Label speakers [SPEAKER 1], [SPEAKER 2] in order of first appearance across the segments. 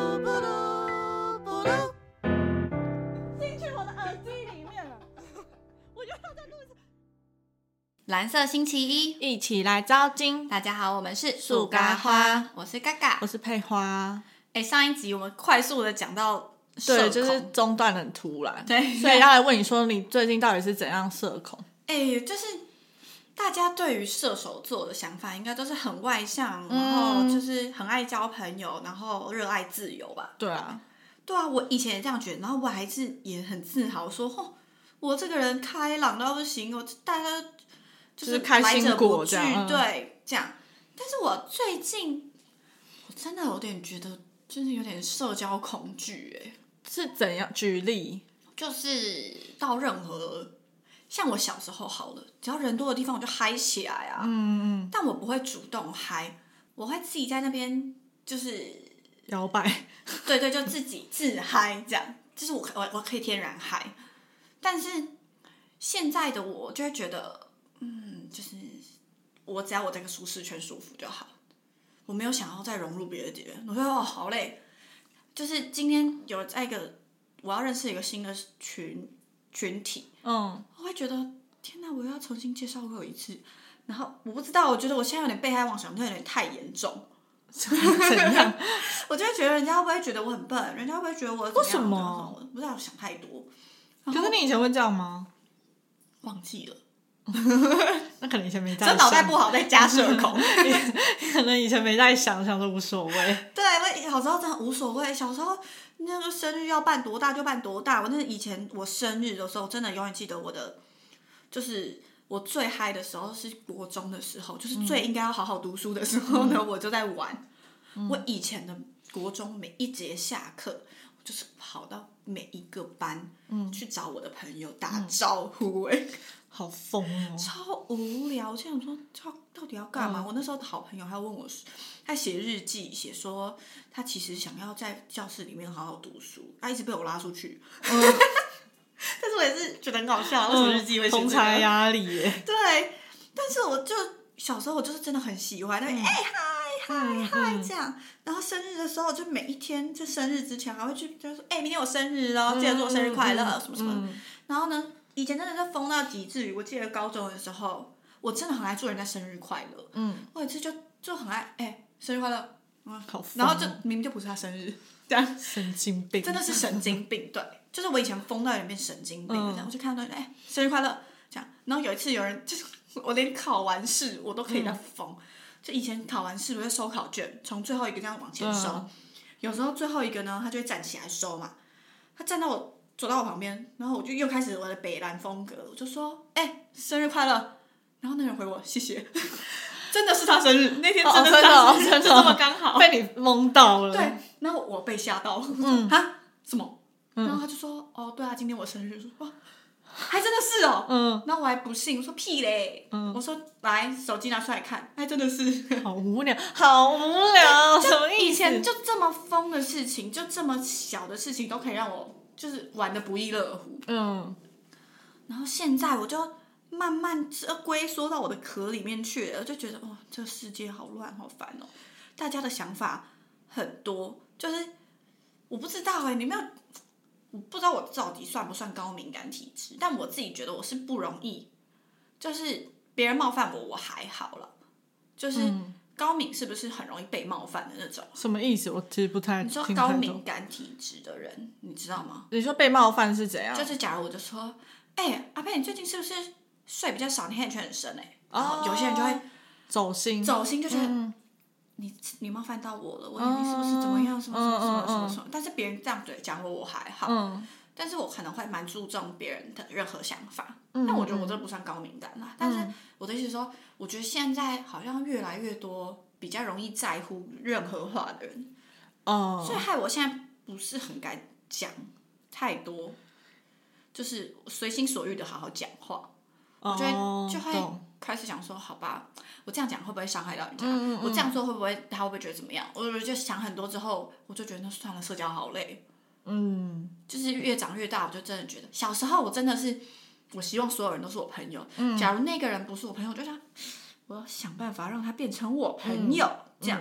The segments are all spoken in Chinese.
[SPEAKER 1] 蓝色星期一，
[SPEAKER 2] 一起来招金。
[SPEAKER 1] 大家好，我们是
[SPEAKER 2] 树咖花，
[SPEAKER 1] 我是嘎嘎
[SPEAKER 2] 我。是佩花，
[SPEAKER 1] 哎、上一集我们快速的讲到社
[SPEAKER 2] 对，
[SPEAKER 1] 恐，
[SPEAKER 2] 就是中断得很突然，
[SPEAKER 1] 对
[SPEAKER 2] 所以要来问你说你最近到底是怎样社恐？
[SPEAKER 1] 哎、就是大家对于射手座的想法，应该都是很外向，
[SPEAKER 2] 嗯
[SPEAKER 1] 然后就是很爱交朋友，然后热爱自由吧。
[SPEAKER 2] 对啊，
[SPEAKER 1] 对啊，我以前也这样觉得，然后我还是也很自豪说，哦，我这个人开朗到不行，我大家都
[SPEAKER 2] 就
[SPEAKER 1] 就
[SPEAKER 2] 是是开
[SPEAKER 1] 来
[SPEAKER 2] 心
[SPEAKER 1] 者
[SPEAKER 2] 果
[SPEAKER 1] 不拒
[SPEAKER 2] 这样嗯，
[SPEAKER 1] 对，这样。但是我最近我真的有点觉得，就是有点社交恐惧，哎，
[SPEAKER 2] 是怎样？举例，
[SPEAKER 1] 就是到任何像我小时候好了，只要人多的地方我就嗨起来啊，
[SPEAKER 2] 嗯嗯，
[SPEAKER 1] 但我不会主动嗨，我会自己在那边就是
[SPEAKER 2] 摇摆，
[SPEAKER 1] 对对，就自己自嗨这样，就是我我我可以天然嗨，但是现在的我就会觉得，嗯，就是我只要我在一个舒适圈舒服就好，我没有想要再融入别的人，我觉得哦好累，就是今天有在一个我要认识一个新的群群体，
[SPEAKER 2] 嗯，
[SPEAKER 1] 我会觉得天哪，我又要重新介绍我有一次，然后我不知道，我觉得我现在有点被害妄想症有点太严重。
[SPEAKER 2] 怎样？
[SPEAKER 1] 我就会觉得人家会不会觉得我很笨，人家会不会觉得我怎么
[SPEAKER 2] 为什么？
[SPEAKER 1] 样我不知道，我想太多，
[SPEAKER 2] 可是你以前会这样吗？
[SPEAKER 1] 忘记了。
[SPEAKER 2] 那可能以前没在想，
[SPEAKER 1] 这脑袋不好，再加社恐。
[SPEAKER 2] 可能以前没在想，想都无所谓。
[SPEAKER 1] 对，我小时候真的无所谓。小时候那个生日要办多大就办多大。我那以前我生日的时候，真的永远记得我的，就是我最嗨的时候是国中的时候，就是最应该要好好读书的时候呢， 我就在玩。我以前的国中每一节下课，我就是跑到每一个班，去找我的朋友打招呼、哎、
[SPEAKER 2] 好疯哦！
[SPEAKER 1] 超无聊，我就想说，到到底要干
[SPEAKER 2] 嗯
[SPEAKER 1] 嘛？我那时候的好朋友还问我说，他写日记，写说他其实想要在教室里面好好读书，他一直被我拉出去。
[SPEAKER 2] 嗯
[SPEAKER 1] 但是我也是觉得很搞笑，为什么日记会写
[SPEAKER 2] 嗯
[SPEAKER 1] 这
[SPEAKER 2] 同
[SPEAKER 1] 个
[SPEAKER 2] 才压力耶，
[SPEAKER 1] 对，但是我就小时候我就是真的很喜
[SPEAKER 2] 嗯
[SPEAKER 1] 欢，那边哎嗨嗨嗨这样，然后生日的时候就每一天，就生日之前还会去，就是说哎、明天我生日哦，记得祝我生日快乐、
[SPEAKER 2] 嗯
[SPEAKER 1] 什么什么的。
[SPEAKER 2] 嗯
[SPEAKER 1] 然后呢，以前真的是疯到极致，我记得高中的时候，我真的很爱祝人家生日快乐，
[SPEAKER 2] 嗯，
[SPEAKER 1] 我有一次就就很爱哎、生日快乐，嗯，
[SPEAKER 2] 好疯
[SPEAKER 1] 然
[SPEAKER 2] 哦
[SPEAKER 1] 后就明明就不是他生日，这样
[SPEAKER 2] 神经病，
[SPEAKER 1] 真的是 神经病，对，就是我以前疯到有点变神经
[SPEAKER 2] 嗯
[SPEAKER 1] 病了，这样、我就看到哎、生日快乐这样，然后有一次有人就是我连考完试我都可以在疯，
[SPEAKER 2] 嗯
[SPEAKER 1] 就以前考完试我会收考卷，从最后一个这样往前收，
[SPEAKER 2] 啊
[SPEAKER 1] 有时候最后一个呢他就会站起来收嘛，他站到我走到我旁边，然后我就又开始我的北兰风格，我就说哎、生日快乐，然后那个人回我谢 谢，真的是他生日那天
[SPEAKER 2] 哦
[SPEAKER 1] 真的是
[SPEAKER 2] 哦
[SPEAKER 1] 他生
[SPEAKER 2] 真
[SPEAKER 1] 日，
[SPEAKER 2] 的哦
[SPEAKER 1] 就这么刚好。
[SPEAKER 2] 被你蒙到了。
[SPEAKER 1] 对，然后我被吓到了，嗯，哈，什么？
[SPEAKER 2] 嗯
[SPEAKER 1] 然后他就说，哦，对啊，今天我生日，我说哇，还真的是哦，
[SPEAKER 2] 嗯，
[SPEAKER 1] 然后我还不信，我说屁嘞，
[SPEAKER 2] 嗯
[SPEAKER 1] 我说来手机拿出来看，还真的是，
[SPEAKER 2] 好无聊，好无聊，什么意
[SPEAKER 1] 以
[SPEAKER 2] 思？
[SPEAKER 1] 前就这么疯的事情，就这么小的事情都可以让我就是玩的不亦乐乎，
[SPEAKER 2] 嗯，
[SPEAKER 1] 然后现在我就慢慢这龟缩到我的壳里面去了，就觉得哦，这世界好乱，好烦哦。大家的想法很多，就是我不知道哎、你没有，我不知道我到底算不算高敏感体质，但我自己觉得我是不容易，就是别人冒犯我，我还好了，就是
[SPEAKER 2] 嗯
[SPEAKER 1] 高敏是不是很容易被冒犯的那种？
[SPEAKER 2] 什么意思？我其实不太
[SPEAKER 1] 你说
[SPEAKER 2] 听不
[SPEAKER 1] 高
[SPEAKER 2] 太懂
[SPEAKER 1] 敏感体质的人，你知道吗？
[SPEAKER 2] 你说被冒犯是怎样？
[SPEAKER 1] 就是假如我就说，哎、阿佩，你最近是不是睡比较少？你黑眼圈很深哎、
[SPEAKER 2] 哦
[SPEAKER 1] 然后有些人就会
[SPEAKER 2] 走心，
[SPEAKER 1] 走心，就觉得、
[SPEAKER 2] 哦嗯
[SPEAKER 1] 你你冒犯到我了，我
[SPEAKER 2] 嗯
[SPEAKER 1] 你是不是怎么样？什么什么什么
[SPEAKER 2] 嗯
[SPEAKER 1] 什么
[SPEAKER 2] 嗯
[SPEAKER 1] 什么？但是别人这样对讲我，我还好，
[SPEAKER 2] 嗯
[SPEAKER 1] 但是我可能会蛮注重别人的任何想法。
[SPEAKER 2] 嗯
[SPEAKER 1] 但我觉得我这不算高敏感啦。但是我的意思是说，我觉得现在好像越来越多比较容易在乎任何话的人，
[SPEAKER 2] 哦
[SPEAKER 1] 所以害我现在不是很敢讲太多，就是随心所欲的好好讲话。
[SPEAKER 2] 哦，
[SPEAKER 1] 我就会就会
[SPEAKER 2] 懂
[SPEAKER 1] 开始想说，好吧，我这样讲会不会伤害到人
[SPEAKER 2] 嗯
[SPEAKER 1] 家？
[SPEAKER 2] 嗯嗯
[SPEAKER 1] 我这样做会不会他会不会觉得怎么样？我就想很多之后，我就觉得那算了，社交好累。
[SPEAKER 2] 嗯
[SPEAKER 1] 就是越长越大，我就真的觉得，小时候我真的是，我希望所有人都是我朋友。
[SPEAKER 2] 嗯
[SPEAKER 1] 假如那个人不是我朋友，我就想，我要想办法让他变成我朋友，这样、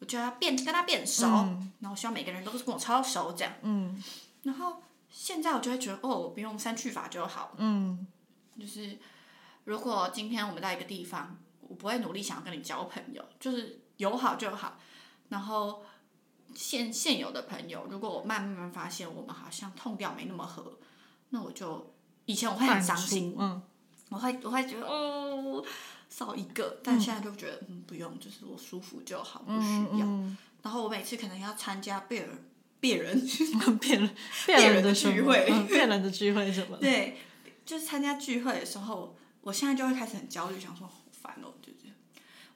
[SPEAKER 1] 我就要变跟他变熟。
[SPEAKER 2] 嗯
[SPEAKER 1] 然后希望每个人都是跟我超熟这样。
[SPEAKER 2] 嗯
[SPEAKER 1] 然后现在我就会觉得，哦，我不用删去法就好，
[SPEAKER 2] 嗯
[SPEAKER 1] 就是如果今天我们在一个地方，我不会努力想要跟你交朋友，就是友好就好。然后现现有的朋友，如果我慢慢发现我们好像痛调没那么合，那我就以前我会很伤心，
[SPEAKER 2] 心，嗯，
[SPEAKER 1] 我会我会觉得哦少一个，但现在就觉得嗯不用，就是我舒服就好，不需要。
[SPEAKER 2] 嗯
[SPEAKER 1] 然后我每次可能要参加别人别人
[SPEAKER 2] 嗯， 骗人
[SPEAKER 1] 骗人
[SPEAKER 2] 人
[SPEAKER 1] 的
[SPEAKER 2] 的什么
[SPEAKER 1] 聚会
[SPEAKER 2] 嗯骗人的聚会什么的，
[SPEAKER 1] 对，就是参加聚会的时候，我现在就会开始很焦虑，想说好烦哦，就是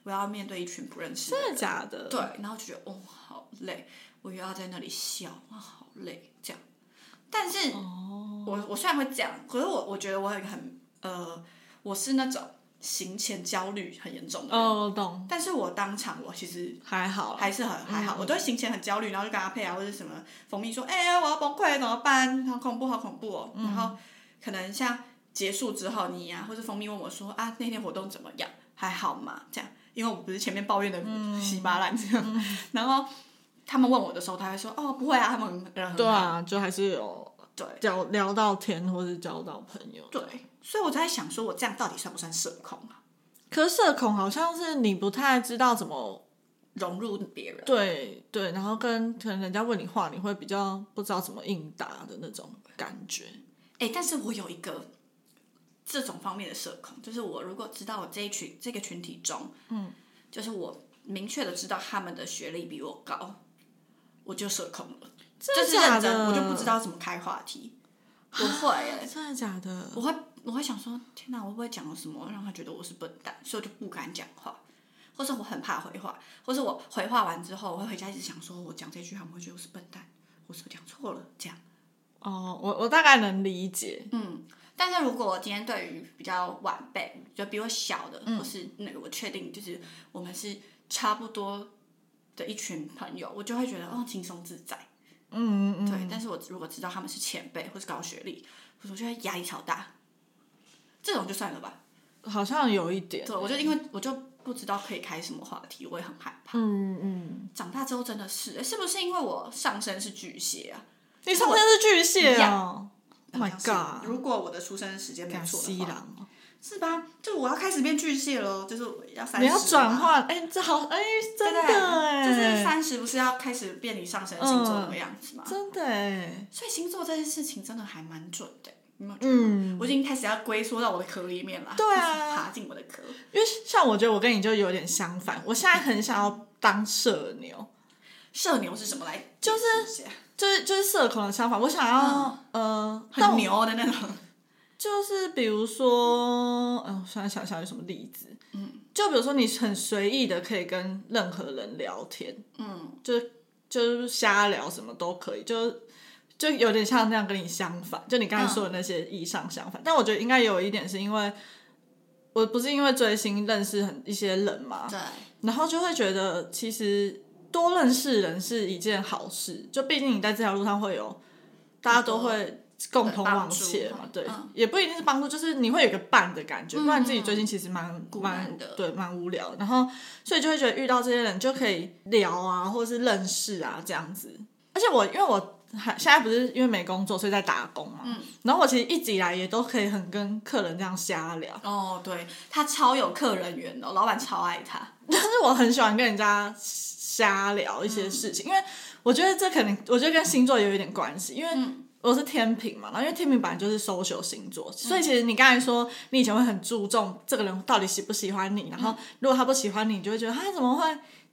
[SPEAKER 1] 我要面对一群不认识的
[SPEAKER 2] 真
[SPEAKER 1] 人，
[SPEAKER 2] 的假的？
[SPEAKER 1] 对，然后就觉得哦好累，我又要在那里笑，哇好累这样。但是
[SPEAKER 2] 哦，
[SPEAKER 1] 我我虽然会这样，可是我我觉得我有一个很呃，我是那种行前焦虑很严重的人，
[SPEAKER 2] 哦，懂，
[SPEAKER 1] 但是我当场我其实
[SPEAKER 2] 还好啦，嗯
[SPEAKER 1] 还是很还好，我对行前很焦虑，然后就跟他配啊或者什么蜂蜜说，哎、我要崩溃了怎么办？好恐怖，好恐怖
[SPEAKER 2] 嗯
[SPEAKER 1] 哦。然后可能像结束之后你呀、或者蜂蜜问我说啊，那天活动怎么样？还好吗？这样，因为我不是前面抱怨的
[SPEAKER 2] 嗯
[SPEAKER 1] 稀巴烂这样，然后他们问我的时候，他会说哦不会啊，他们很人很好。
[SPEAKER 2] 对啊，就还是有
[SPEAKER 1] 对
[SPEAKER 2] 交聊到天，或是交到朋友。
[SPEAKER 1] 对，所以我在想说，我这样到底算不算社恐啊？
[SPEAKER 2] 可是社恐好像是你不太知道怎么
[SPEAKER 1] 融入别人，
[SPEAKER 2] 对对，然后跟可能人家问你话，你会比较不知道怎么应答的那种感觉。
[SPEAKER 1] 哎、但是我有一个这种方面的社恐，就是我如果知道我这一群这个群体中，嗯，就是我明确的知道他们的学历比我高，我就社恐了，
[SPEAKER 2] 的
[SPEAKER 1] 就是认
[SPEAKER 2] 假
[SPEAKER 1] 真，
[SPEAKER 2] 的
[SPEAKER 1] 我就不知欸道怎么开话题，我会耶、
[SPEAKER 2] 真的假的？
[SPEAKER 1] 我会我会想说，天哪，我会不会讲了什么让他觉得我是笨蛋，所以我就不敢讲话，或是我很怕回话，或是我回话完之后，我会回家一直想说，我讲这句他们会觉得我是笨蛋，我是不是讲错了这样。
[SPEAKER 2] 哦，我我大概能理解。
[SPEAKER 1] 但是如果我今天对于比较晚辈，就比我小的，
[SPEAKER 2] 嗯
[SPEAKER 1] 或是那个我确定就是我们是差不多的一群朋友，我就会觉得哦轻松自在。
[SPEAKER 2] 嗯嗯
[SPEAKER 1] 对，但是我如果知道他们是前辈或是高学历，我就会压力超大。这种就算了吧。
[SPEAKER 2] 嗯，好像有一点。
[SPEAKER 1] 对，我就因为我就不知道可以开什么话题，我也很害怕。
[SPEAKER 2] 嗯嗯，
[SPEAKER 1] 长大之后真的是，诶是不是因为我上身是巨蟹啊
[SPEAKER 2] 你上身是巨蟹
[SPEAKER 1] 一
[SPEAKER 2] 哦。Oh my
[SPEAKER 1] 好像是
[SPEAKER 2] god！
[SPEAKER 1] 如果我的出生时间没错
[SPEAKER 2] 西
[SPEAKER 1] 的话，
[SPEAKER 2] 郎哦，
[SPEAKER 1] 是吧？就我要开始变巨蟹了，就是我要三
[SPEAKER 2] 你
[SPEAKER 1] 十。
[SPEAKER 2] 要转换，哎，这好，哎，真的哎，
[SPEAKER 1] 欸就是三十不是要开始变你上升星座的样子吗？
[SPEAKER 2] 真的哎，
[SPEAKER 1] 所以星座这件事情真的还蛮准的，你有没有觉得？
[SPEAKER 2] 嗯，
[SPEAKER 1] 我已经开始要龟缩到我的壳里面了，
[SPEAKER 2] 对啊
[SPEAKER 1] 开始爬进我的壳。
[SPEAKER 2] 因为像我觉得我跟你就有点相反，我现在很想要当社牛，
[SPEAKER 1] 社牛是什么来？就是
[SPEAKER 2] 就是就是社恐的相反，我想要、呃，但
[SPEAKER 1] 嗯很牛的那种，
[SPEAKER 2] 就是比如说，嗯、我现在想想有什么例子，嗯，就比如说你很随意的可以跟任何人聊天，
[SPEAKER 1] 嗯，
[SPEAKER 2] 就是就是瞎聊什么都可以，就就有点像那样跟你相反，就你刚
[SPEAKER 1] 嗯
[SPEAKER 2] 才说的那些意义上相反。但我觉得应该有一点是因为，我不是因为追星认识很一些人嘛，
[SPEAKER 1] 对，
[SPEAKER 2] 然后就会觉得其实多认识人是一件好事，就毕竟你在这条路上会有大家都会共同往前嘛，
[SPEAKER 1] 对
[SPEAKER 2] 对
[SPEAKER 1] 帮助嗯，
[SPEAKER 2] 也不一定是帮助，就是你会有一个伴的感觉，不然自己
[SPEAKER 1] 嗯
[SPEAKER 2] 追星其实蛮蛮
[SPEAKER 1] 蛮的
[SPEAKER 2] 对蛮无聊，然后所以就会觉得遇到这些人就可以聊啊，或者是认识啊这样子。而且我因为我还现在不是因为没工作，所以在打工嘛，
[SPEAKER 1] 嗯
[SPEAKER 2] 然后我其实一直以来也都可以很跟客人这样瞎聊，
[SPEAKER 1] 哦，对，他超有客人缘的，老板超爱 他。
[SPEAKER 2] 但是我很喜欢跟人家瞎聊一些事情，因为我觉得这可能，我觉得跟星座有一点关系，因为我是天平嘛，然后因为天平本来就是 social 星座，所以其实你刚才说你以前会很注重这个人到底喜不喜欢你，然后如果他不喜欢你，你就会觉得他怎么会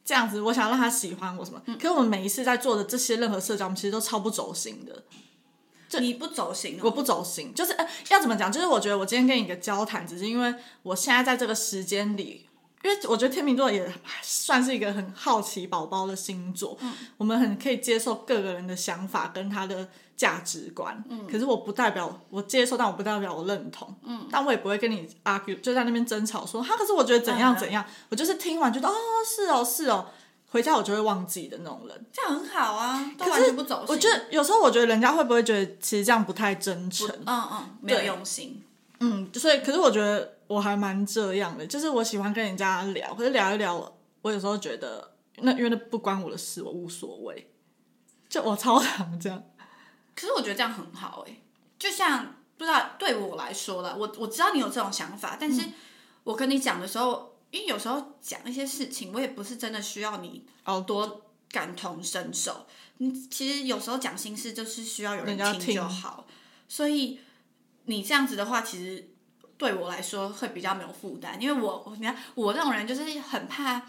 [SPEAKER 2] 这样子？我想让他喜欢我什么？可是我们每一次在做的这些任何社交，我们其实都超不走心的。
[SPEAKER 1] 你不走心
[SPEAKER 2] 我
[SPEAKER 1] 哦，
[SPEAKER 2] 不走心，就是、呃、要怎么讲？就是我觉得我今天跟你一个交谈，只是因为我现在在这个时间里，因为我觉得天秤座也算是一个很好奇宝宝的星座，
[SPEAKER 1] 嗯
[SPEAKER 2] 我们很可以接受各个人的想法跟他的价值观。
[SPEAKER 1] 嗯
[SPEAKER 2] 可是我不代表我接受，但我不代表我认同。
[SPEAKER 1] 嗯
[SPEAKER 2] 但我也不会跟你 argue，就在那边争吵说他可是我觉得怎
[SPEAKER 1] 嗯
[SPEAKER 2] 样怎样，我就是听完觉得哦是哦是哦，回家我就会忘记的那种人。
[SPEAKER 1] 这样很好啊，都完全不走心。
[SPEAKER 2] 我觉得有时候我觉得人家会不会觉得其实这样不太真诚？
[SPEAKER 1] 嗯嗯，没有用心。
[SPEAKER 2] 嗯，所以可是我觉得我还蛮这样的，就是我喜欢跟人家聊，可是聊一聊，我有时候觉得那因为那不关我的事，我无所谓。就我超常这样，
[SPEAKER 1] 欸可是我觉得这样很好哎、就像不知道对我来说了，我我知道你有这种想法，但
[SPEAKER 2] 嗯
[SPEAKER 1] 是我跟你讲的时候，因为有时候讲一些事情，我也不是真的需要你
[SPEAKER 2] 哦
[SPEAKER 1] 多感同身受。你其实有时候讲心事就是需要有人
[SPEAKER 2] 人家
[SPEAKER 1] 听就
[SPEAKER 2] 听
[SPEAKER 1] 好，所以你这样子的话，其实对我来说会比较没有负担，因为我我你看我这种人就是很怕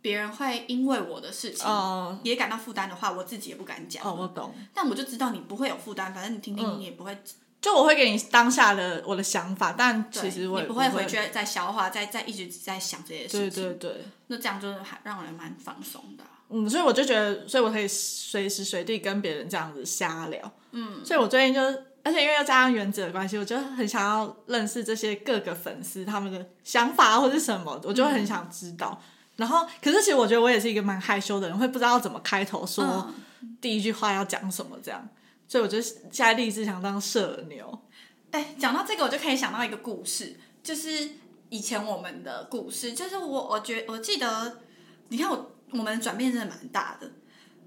[SPEAKER 1] 别人会因为我的事情
[SPEAKER 2] 哦
[SPEAKER 1] 也感到负担的话，我自己也不敢讲。
[SPEAKER 2] 哦，我懂。
[SPEAKER 1] 嗯
[SPEAKER 2] 嗯
[SPEAKER 1] 但我就知道你不会有负担，反正你听听你也不会
[SPEAKER 2] 就我会给你当下的我的想法，但其实我
[SPEAKER 1] 你
[SPEAKER 2] 也
[SPEAKER 1] 不
[SPEAKER 2] 会
[SPEAKER 1] 会回去再消化，再再一直在想这些
[SPEAKER 2] 对
[SPEAKER 1] 事情。
[SPEAKER 2] 对对，
[SPEAKER 1] 那这样就是还让人蛮放松的啊、
[SPEAKER 2] 嗯，所以我就觉得，所以我可以随时随地跟别人这样子瞎聊。嗯，所以我最近就是，而且因为又加上原子的关系，我就很想要认识这些各个粉丝他们的想法或是什么，我就会
[SPEAKER 1] 嗯
[SPEAKER 2] 很想知道。然后，可是其实我觉得我也是一个蛮害羞的人，会不知道怎么开头
[SPEAKER 1] 嗯
[SPEAKER 2] 说第一句话要讲什么这样。所以我就现在立志想当社牛。
[SPEAKER 1] 哎，讲到这个，我就可以想到一个故事，就是以前我们的故事，就是我我觉我记得，你看我我们转变真的蛮大的。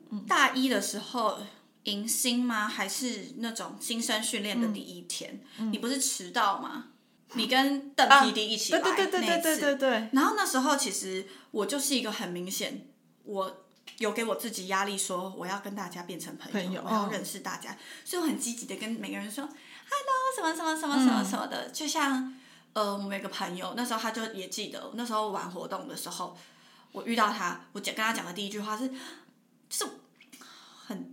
[SPEAKER 2] 嗯
[SPEAKER 1] 大一的时候，迎新吗？还是那种新生训练
[SPEAKER 2] 嗯
[SPEAKER 1] 的第一天？你不是迟到吗？你跟邓 PD 一起来、
[SPEAKER 2] 啊对对对对
[SPEAKER 1] 那一
[SPEAKER 2] 对
[SPEAKER 1] 次
[SPEAKER 2] 对对对，
[SPEAKER 1] 然后那时候其实我就是一个很明显，我有给我自己压力，说我要跟大家变成朋友，
[SPEAKER 2] 朋友
[SPEAKER 1] 我要
[SPEAKER 2] 嗯
[SPEAKER 1] 认识大家，所以我很积极的跟每个人说 “hello” 什么什么什么什么什么的，就像呃，我们有个朋友，那时候他就也记得，那时候玩活动的时候，我遇到他，我讲跟他讲的第一句话是，就是很。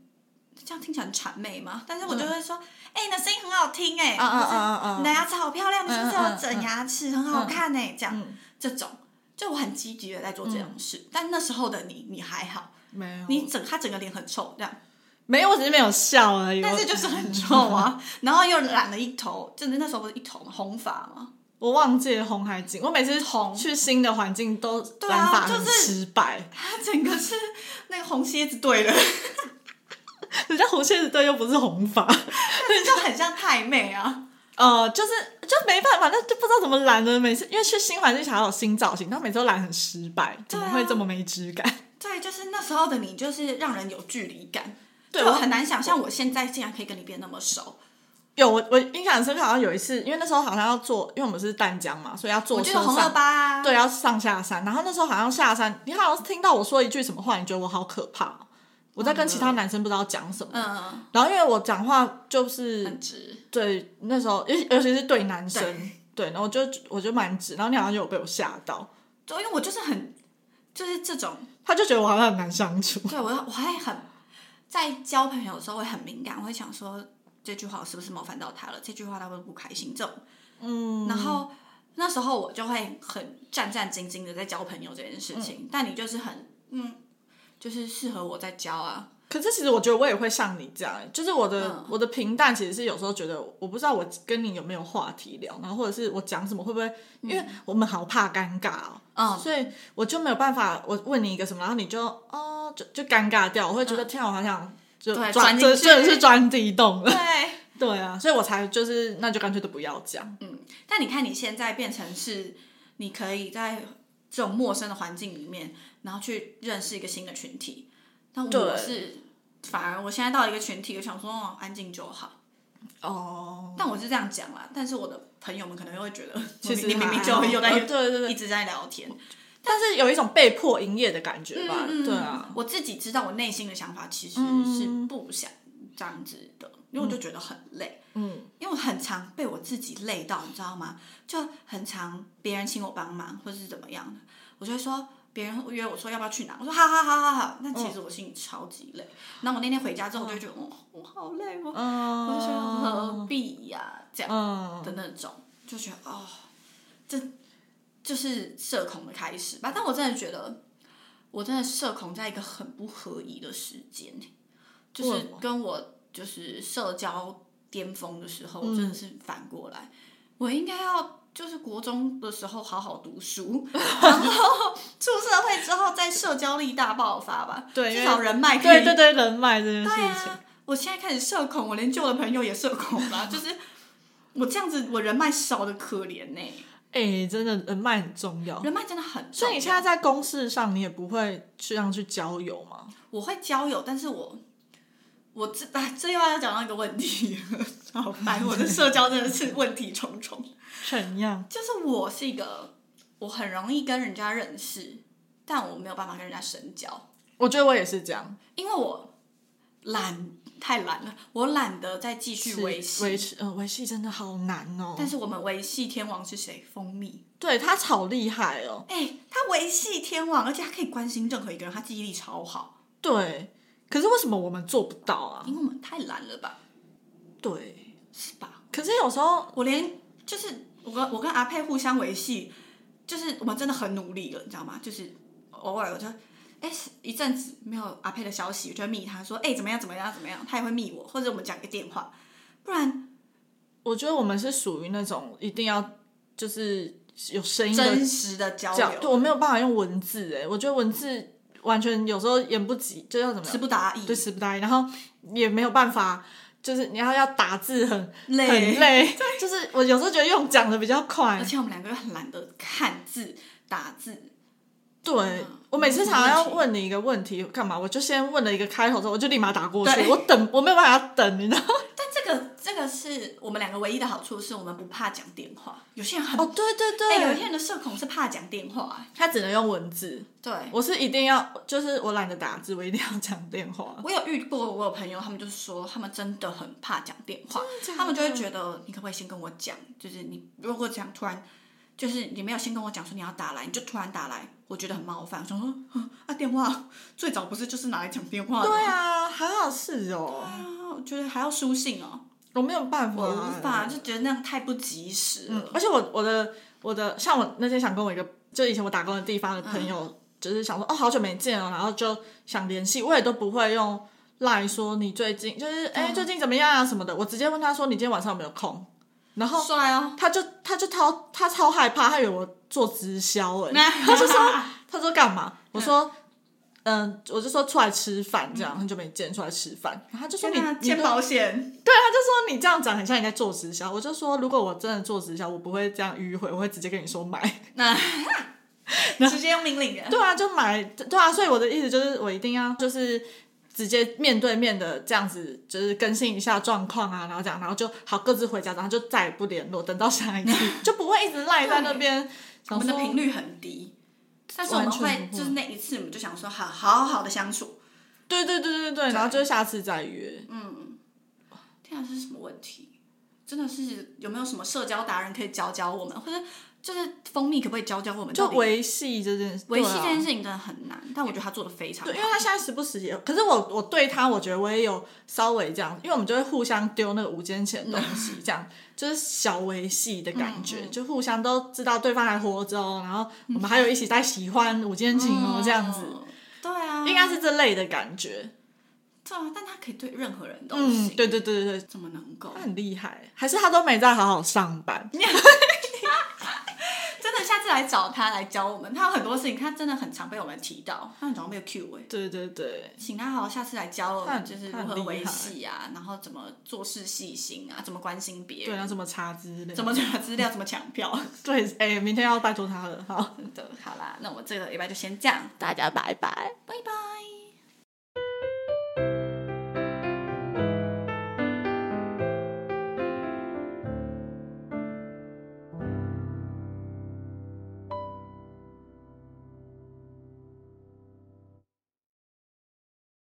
[SPEAKER 1] 这样听起来很谄媚嘛，但是我就会说，哎、你的声音很好听哎、
[SPEAKER 2] 啊啊
[SPEAKER 1] 或是
[SPEAKER 2] 啊啊啊
[SPEAKER 1] 你的牙齿好漂亮，你是不是
[SPEAKER 2] 嗯嗯
[SPEAKER 1] 有
[SPEAKER 2] 嗯
[SPEAKER 1] 整牙齿，很好看哎、这样，
[SPEAKER 2] 嗯
[SPEAKER 1] 这种，就我很积极的在做这种事。但那时候的你，你还好，
[SPEAKER 2] 没有，
[SPEAKER 1] 你整他整个脸很臭这样，
[SPEAKER 2] 没有，我只是没有笑而已。
[SPEAKER 1] 但是
[SPEAKER 2] 我
[SPEAKER 1] 就是很臭啊，然后又染了一头，真的那时候不是一头吗红发吗？
[SPEAKER 2] 我忘记了红海啊景，我每次去新的环境都染发很失败，
[SPEAKER 1] 他整个是那个红蝎子队的，
[SPEAKER 2] 人家红蝎子队又不是红发，
[SPEAKER 1] 就很像太妹啊。
[SPEAKER 2] 呃，就是就没办法，那就不知道怎么染的。每次因为去新环境想要有新造型，但每次都染很失败，怎么会这么没质感？
[SPEAKER 1] 对，就是那时候的你，就是让人有距离感。
[SPEAKER 2] 对
[SPEAKER 1] 就
[SPEAKER 2] 我
[SPEAKER 1] 很难想象我现在竟然可以跟你变那么熟。
[SPEAKER 2] 有我我印象很深刻，好像有一次，因为那时候好像要坐，因为我们是淡江嘛，所以要坐
[SPEAKER 1] 我觉
[SPEAKER 2] 车
[SPEAKER 1] 得红了
[SPEAKER 2] 上。
[SPEAKER 1] 吧？
[SPEAKER 2] 对，要上下山，然后那时候好像下山，你好像听到我说一句什么话，你觉得我好可怕哦，我在跟其他男生不知道讲什么，
[SPEAKER 1] 嗯，
[SPEAKER 2] 然后因为我讲话就是
[SPEAKER 1] 很直。
[SPEAKER 2] 对，那时候尤尤其是对男生，对，然后我就我就蛮直，然后你好像有被我吓到，
[SPEAKER 1] 对，因为我就是很，就是这种
[SPEAKER 2] 他就觉得我好像很难相处。
[SPEAKER 1] 对我，我还很在交朋友的时候会很敏感，我会想说这句话我是不是冒犯到他了？这句话他会不开心这种。嗯，然后那时候我就会很战战兢兢的在交朋友这件事情，但你就是很嗯，就是适合我在交啊。
[SPEAKER 2] 可是其实我觉得我也会像你这样，欸就是我的、
[SPEAKER 1] 嗯
[SPEAKER 2] 我的平淡其实是有时候觉得我不知道我跟你有没有话题聊，然后或者是我讲什么会不会，因为我们好怕尴尬哦，
[SPEAKER 1] 嗯
[SPEAKER 2] 所以我就没有办法，我问你一个什么，然后你就哦就就尴尬掉，我会觉得、天啊，我好想就
[SPEAKER 1] 嗯
[SPEAKER 2] 钻
[SPEAKER 1] 对钻
[SPEAKER 2] 这
[SPEAKER 1] 进
[SPEAKER 2] 真的
[SPEAKER 1] 去
[SPEAKER 2] 是钻地洞了，
[SPEAKER 1] 对，
[SPEAKER 2] 对啊，所以我才就是那就干脆都不要讲。
[SPEAKER 1] 嗯，但你看你现在变成是，你可以在这种陌生的环境里面，然后去认识一个新的群体。那我
[SPEAKER 2] 对
[SPEAKER 1] 是反而我现在到一个群体，我想说、哦、安静就好。
[SPEAKER 2] 哦，
[SPEAKER 1] 但我是这样讲啦，但是我的朋友们可能会觉得，
[SPEAKER 2] 其实
[SPEAKER 1] 你明
[SPEAKER 2] 还
[SPEAKER 1] 明
[SPEAKER 2] 好
[SPEAKER 1] 就又在
[SPEAKER 2] 呃对对
[SPEAKER 1] 一
[SPEAKER 2] 对，
[SPEAKER 1] 直在聊天，
[SPEAKER 2] 但是有一种被迫营业的感觉吧，
[SPEAKER 1] 嗯
[SPEAKER 2] 对啊，，
[SPEAKER 1] 我自己知道我内心的想法其实是不想这样子的，因为我就觉得很累，
[SPEAKER 2] 嗯，
[SPEAKER 1] 因为我很常被我自己累到，你知道吗？就很常别人请我帮忙或是怎么样的，我就会说。别人约我说要不要去哪，我说好好好好好，那其实我心里超级累。然后我那天回家之后，我就觉得，哦，我好累，我、我就觉得何
[SPEAKER 2] 嗯，
[SPEAKER 1] 必呀、这样。
[SPEAKER 2] 嗯，
[SPEAKER 1] 的那种，就觉得哦，这就是社恐的开始吧。但我真的觉得，我真的社恐在一个很不合宜的时间，就
[SPEAKER 2] 为
[SPEAKER 1] 是
[SPEAKER 2] 什么
[SPEAKER 1] 跟我就是社交巅峰的时候，
[SPEAKER 2] 嗯
[SPEAKER 1] 我真的是反过来，我应该要。就是国中的时候好好 读书，然后出社会之后再社交力大爆发吧。
[SPEAKER 2] 对
[SPEAKER 1] 至
[SPEAKER 2] 因
[SPEAKER 1] 少
[SPEAKER 2] 为
[SPEAKER 1] 人脉可
[SPEAKER 2] 对
[SPEAKER 1] 以
[SPEAKER 2] 对对，人脉这件事
[SPEAKER 1] 对
[SPEAKER 2] 情，
[SPEAKER 1] 啊，我现在开始社恐，我连旧的朋友也社恐 了，就是我这样子，我人脉少的可怜呢、
[SPEAKER 2] 哎，真的人脉很重要。
[SPEAKER 1] 人脉真的啊很重啊
[SPEAKER 2] 所
[SPEAKER 1] 要。
[SPEAKER 2] 以你现在在公事上，你也不会这样去交友吗？
[SPEAKER 1] 我会交友，但是我我这哎，这又要讲到一个问题 了，好烦！我的社交真的是问题重重。
[SPEAKER 2] 怎样？
[SPEAKER 1] 就是我是一个，我很容易跟人家认识，但我没有办法跟人家深交，
[SPEAKER 2] 我觉得我也是这样，
[SPEAKER 1] 因为我懒，太懒了，我懒得再继续维系。
[SPEAKER 2] 维持呃维系真的好难哦。
[SPEAKER 1] 但是我们维系天王是谁？蜂蜜。
[SPEAKER 2] 对他好厉害哦。
[SPEAKER 1] 哎、他维系天王，而且他可以关心任何一个人，他记忆力超好。
[SPEAKER 2] 对，可是为什么我们做不到啊？
[SPEAKER 1] 因为我们太懒了吧？
[SPEAKER 2] 对，
[SPEAKER 1] 是吧？
[SPEAKER 2] 可是有时候
[SPEAKER 1] 我连就是我跟我跟阿佩互相维系，就是我们真的很努力了，你知道吗？就是偶尔我就。哎，一阵子没有阿佩的消息，我就会密他说，哎，怎么样，怎么样，怎么样，他也会密我，或者我们讲个电话，不然
[SPEAKER 2] 我觉得我们是属于那种一定要就是有声音的
[SPEAKER 1] 真实的交
[SPEAKER 2] 讲，对
[SPEAKER 1] 流，
[SPEAKER 2] 我没有办法用文字哎，我觉得文字完全有时候言不及，就要怎么
[SPEAKER 1] 词
[SPEAKER 2] 样，
[SPEAKER 1] 不达意，
[SPEAKER 2] 对词不达意，然后也没有办法。就是你要要打字很
[SPEAKER 1] 累嗯
[SPEAKER 2] 很累， 就是我有时候觉得用讲的比较快
[SPEAKER 1] 而，且我们两个又很懒得看字、打字，
[SPEAKER 2] 对
[SPEAKER 1] 嗯，
[SPEAKER 2] 我每次常常
[SPEAKER 1] 没
[SPEAKER 2] 要
[SPEAKER 1] 问题
[SPEAKER 2] 问你一个问题，干嘛？我就先问了一个开头之后，我就立马打过去，
[SPEAKER 1] 对
[SPEAKER 2] 我等我没有办法等，你知道吗？
[SPEAKER 1] 但这个这个是我们两个唯一的好处，是我们不怕讲电话。有些人很，
[SPEAKER 2] 哦，对对
[SPEAKER 1] 哎、有
[SPEAKER 2] 对，
[SPEAKER 1] 些人的社恐是怕讲电话、哎
[SPEAKER 2] 他只能用文字，
[SPEAKER 1] 对，
[SPEAKER 2] 我是一定要，就是我懒得打字，我一定要讲电话。
[SPEAKER 1] 我有遇过，我有朋友，他们就说他们真的很怕讲电话，
[SPEAKER 2] 假的
[SPEAKER 1] 他们就会觉得你可不可以先跟我讲？就是你如果讲突然。就是你没有先跟我讲说你要打来，你就突然打来，我觉得很冒犯。我想说，哼啊，电话最早不是就是拿来讲电话的吗？
[SPEAKER 2] 对啊，还好是哦，
[SPEAKER 1] 啊，我觉得还要书信哦，
[SPEAKER 2] 我没有办法，
[SPEAKER 1] 我无法，就觉得那样太不及时了。
[SPEAKER 2] 嗯而且我我的我的像我那天想跟我一个就以前我打工的地方的朋友，就是想说哦好久没见了，然后就想联系，我也都不会用赖说你最近就是哎、最近怎么样啊什么的，我直接问他说你今天晚上有没有空，然后
[SPEAKER 1] 帅哦，
[SPEAKER 2] 他就他就超他超害怕，他以为我做直销哎、
[SPEAKER 1] 他 就说
[SPEAKER 2] 他说干嘛？我说。嗯，我就说出来吃饭，这样很久没见，出来吃饭。然后他就说你你
[SPEAKER 1] 签保险，
[SPEAKER 2] 对，啊他就说你这样讲很像你在做直销。我就说如果我真的做直销，我不会这样迂回，我会直接跟你说买。
[SPEAKER 1] 那直接用命令人，
[SPEAKER 2] 对啊，就买。对啊，所以我的意思就是，我一定要就是直接面对面的这样子，就是更新一下状况啊，然后这样，然后就好各自回家，然后就再也不联络，等到下一次就不会一直赖在那 边。
[SPEAKER 1] 我
[SPEAKER 2] 想
[SPEAKER 1] 们的
[SPEAKER 2] 说
[SPEAKER 1] 频率很低，但是我们
[SPEAKER 2] 完
[SPEAKER 1] 会
[SPEAKER 2] 全不会
[SPEAKER 1] 就是那一次，我们就想说好好好的相处。
[SPEAKER 2] 对对对对对，然后就下次再约。
[SPEAKER 1] 天啊，这是什么问题？真的是有没有什么社交达人可以教教我们，或者就是蜂蜜可不可以教教我们？
[SPEAKER 2] 就
[SPEAKER 1] 到底
[SPEAKER 2] 维系这件事，
[SPEAKER 1] 维系
[SPEAKER 2] 对啊
[SPEAKER 1] 这件事情真的很难，但我觉得他做的非常好
[SPEAKER 2] 对，因。为他现在时不时也，可是我我对他，我觉得我也有稍微这样，因为我们就会互相丢那个无间钱的东西，
[SPEAKER 1] 嗯
[SPEAKER 2] 这样就是小维系的感觉，就互相都知道对方还活着哦，然后我们还有一起在喜欢无间情哦，这样子，
[SPEAKER 1] 嗯，对啊，
[SPEAKER 2] 应该是这类的感觉。
[SPEAKER 1] 对啊，但他可以对任何人都
[SPEAKER 2] 嗯，
[SPEAKER 1] 行，
[SPEAKER 2] 对嗯对对对对，
[SPEAKER 1] 怎么能够
[SPEAKER 2] 他？很厉害，还是他都没在好好上班。
[SPEAKER 1] 真的，下次来找他来教我们，他有很多事情，他真的很常被我们提到，他很常被 Q 哎、
[SPEAKER 2] 对对对，
[SPEAKER 1] 请他好好下次来教我
[SPEAKER 2] 他
[SPEAKER 1] 们，
[SPEAKER 2] 很
[SPEAKER 1] 就是
[SPEAKER 2] 他很
[SPEAKER 1] 如何
[SPEAKER 2] 厉
[SPEAKER 1] 维
[SPEAKER 2] 害
[SPEAKER 1] 系啊，然后怎么做事细心啊，怎么关心别
[SPEAKER 2] 对，
[SPEAKER 1] 人，
[SPEAKER 2] 然后怎么查资料？
[SPEAKER 1] 怎么查资料，怎么抢 票。
[SPEAKER 2] 对？哎，明天要拜托他了，好，
[SPEAKER 1] 真的，好啦，那我这个礼拜就先这样，
[SPEAKER 2] 大家拜拜。
[SPEAKER 1] 拜拜。